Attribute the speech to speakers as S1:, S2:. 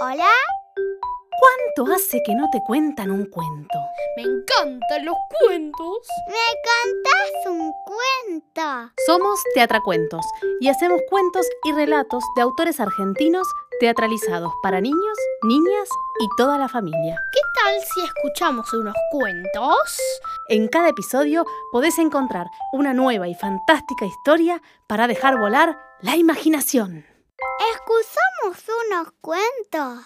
S1: ¿Hola?
S2: ¿Cuánto hace que no te cuentan un cuento?
S3: Me encantan los cuentos.
S1: ¿Me contás un cuento?
S2: Somos Teatracuentos y hacemos cuentos y relatos de autores argentinos teatralizados para niños, niñas y toda la familia.
S3: ¿Qué tal si escuchamos unos cuentos?
S2: En cada episodio podés encontrar una nueva y fantástica historia para dejar volar la imaginación.
S1: ¿Escuchamos unos cuentos?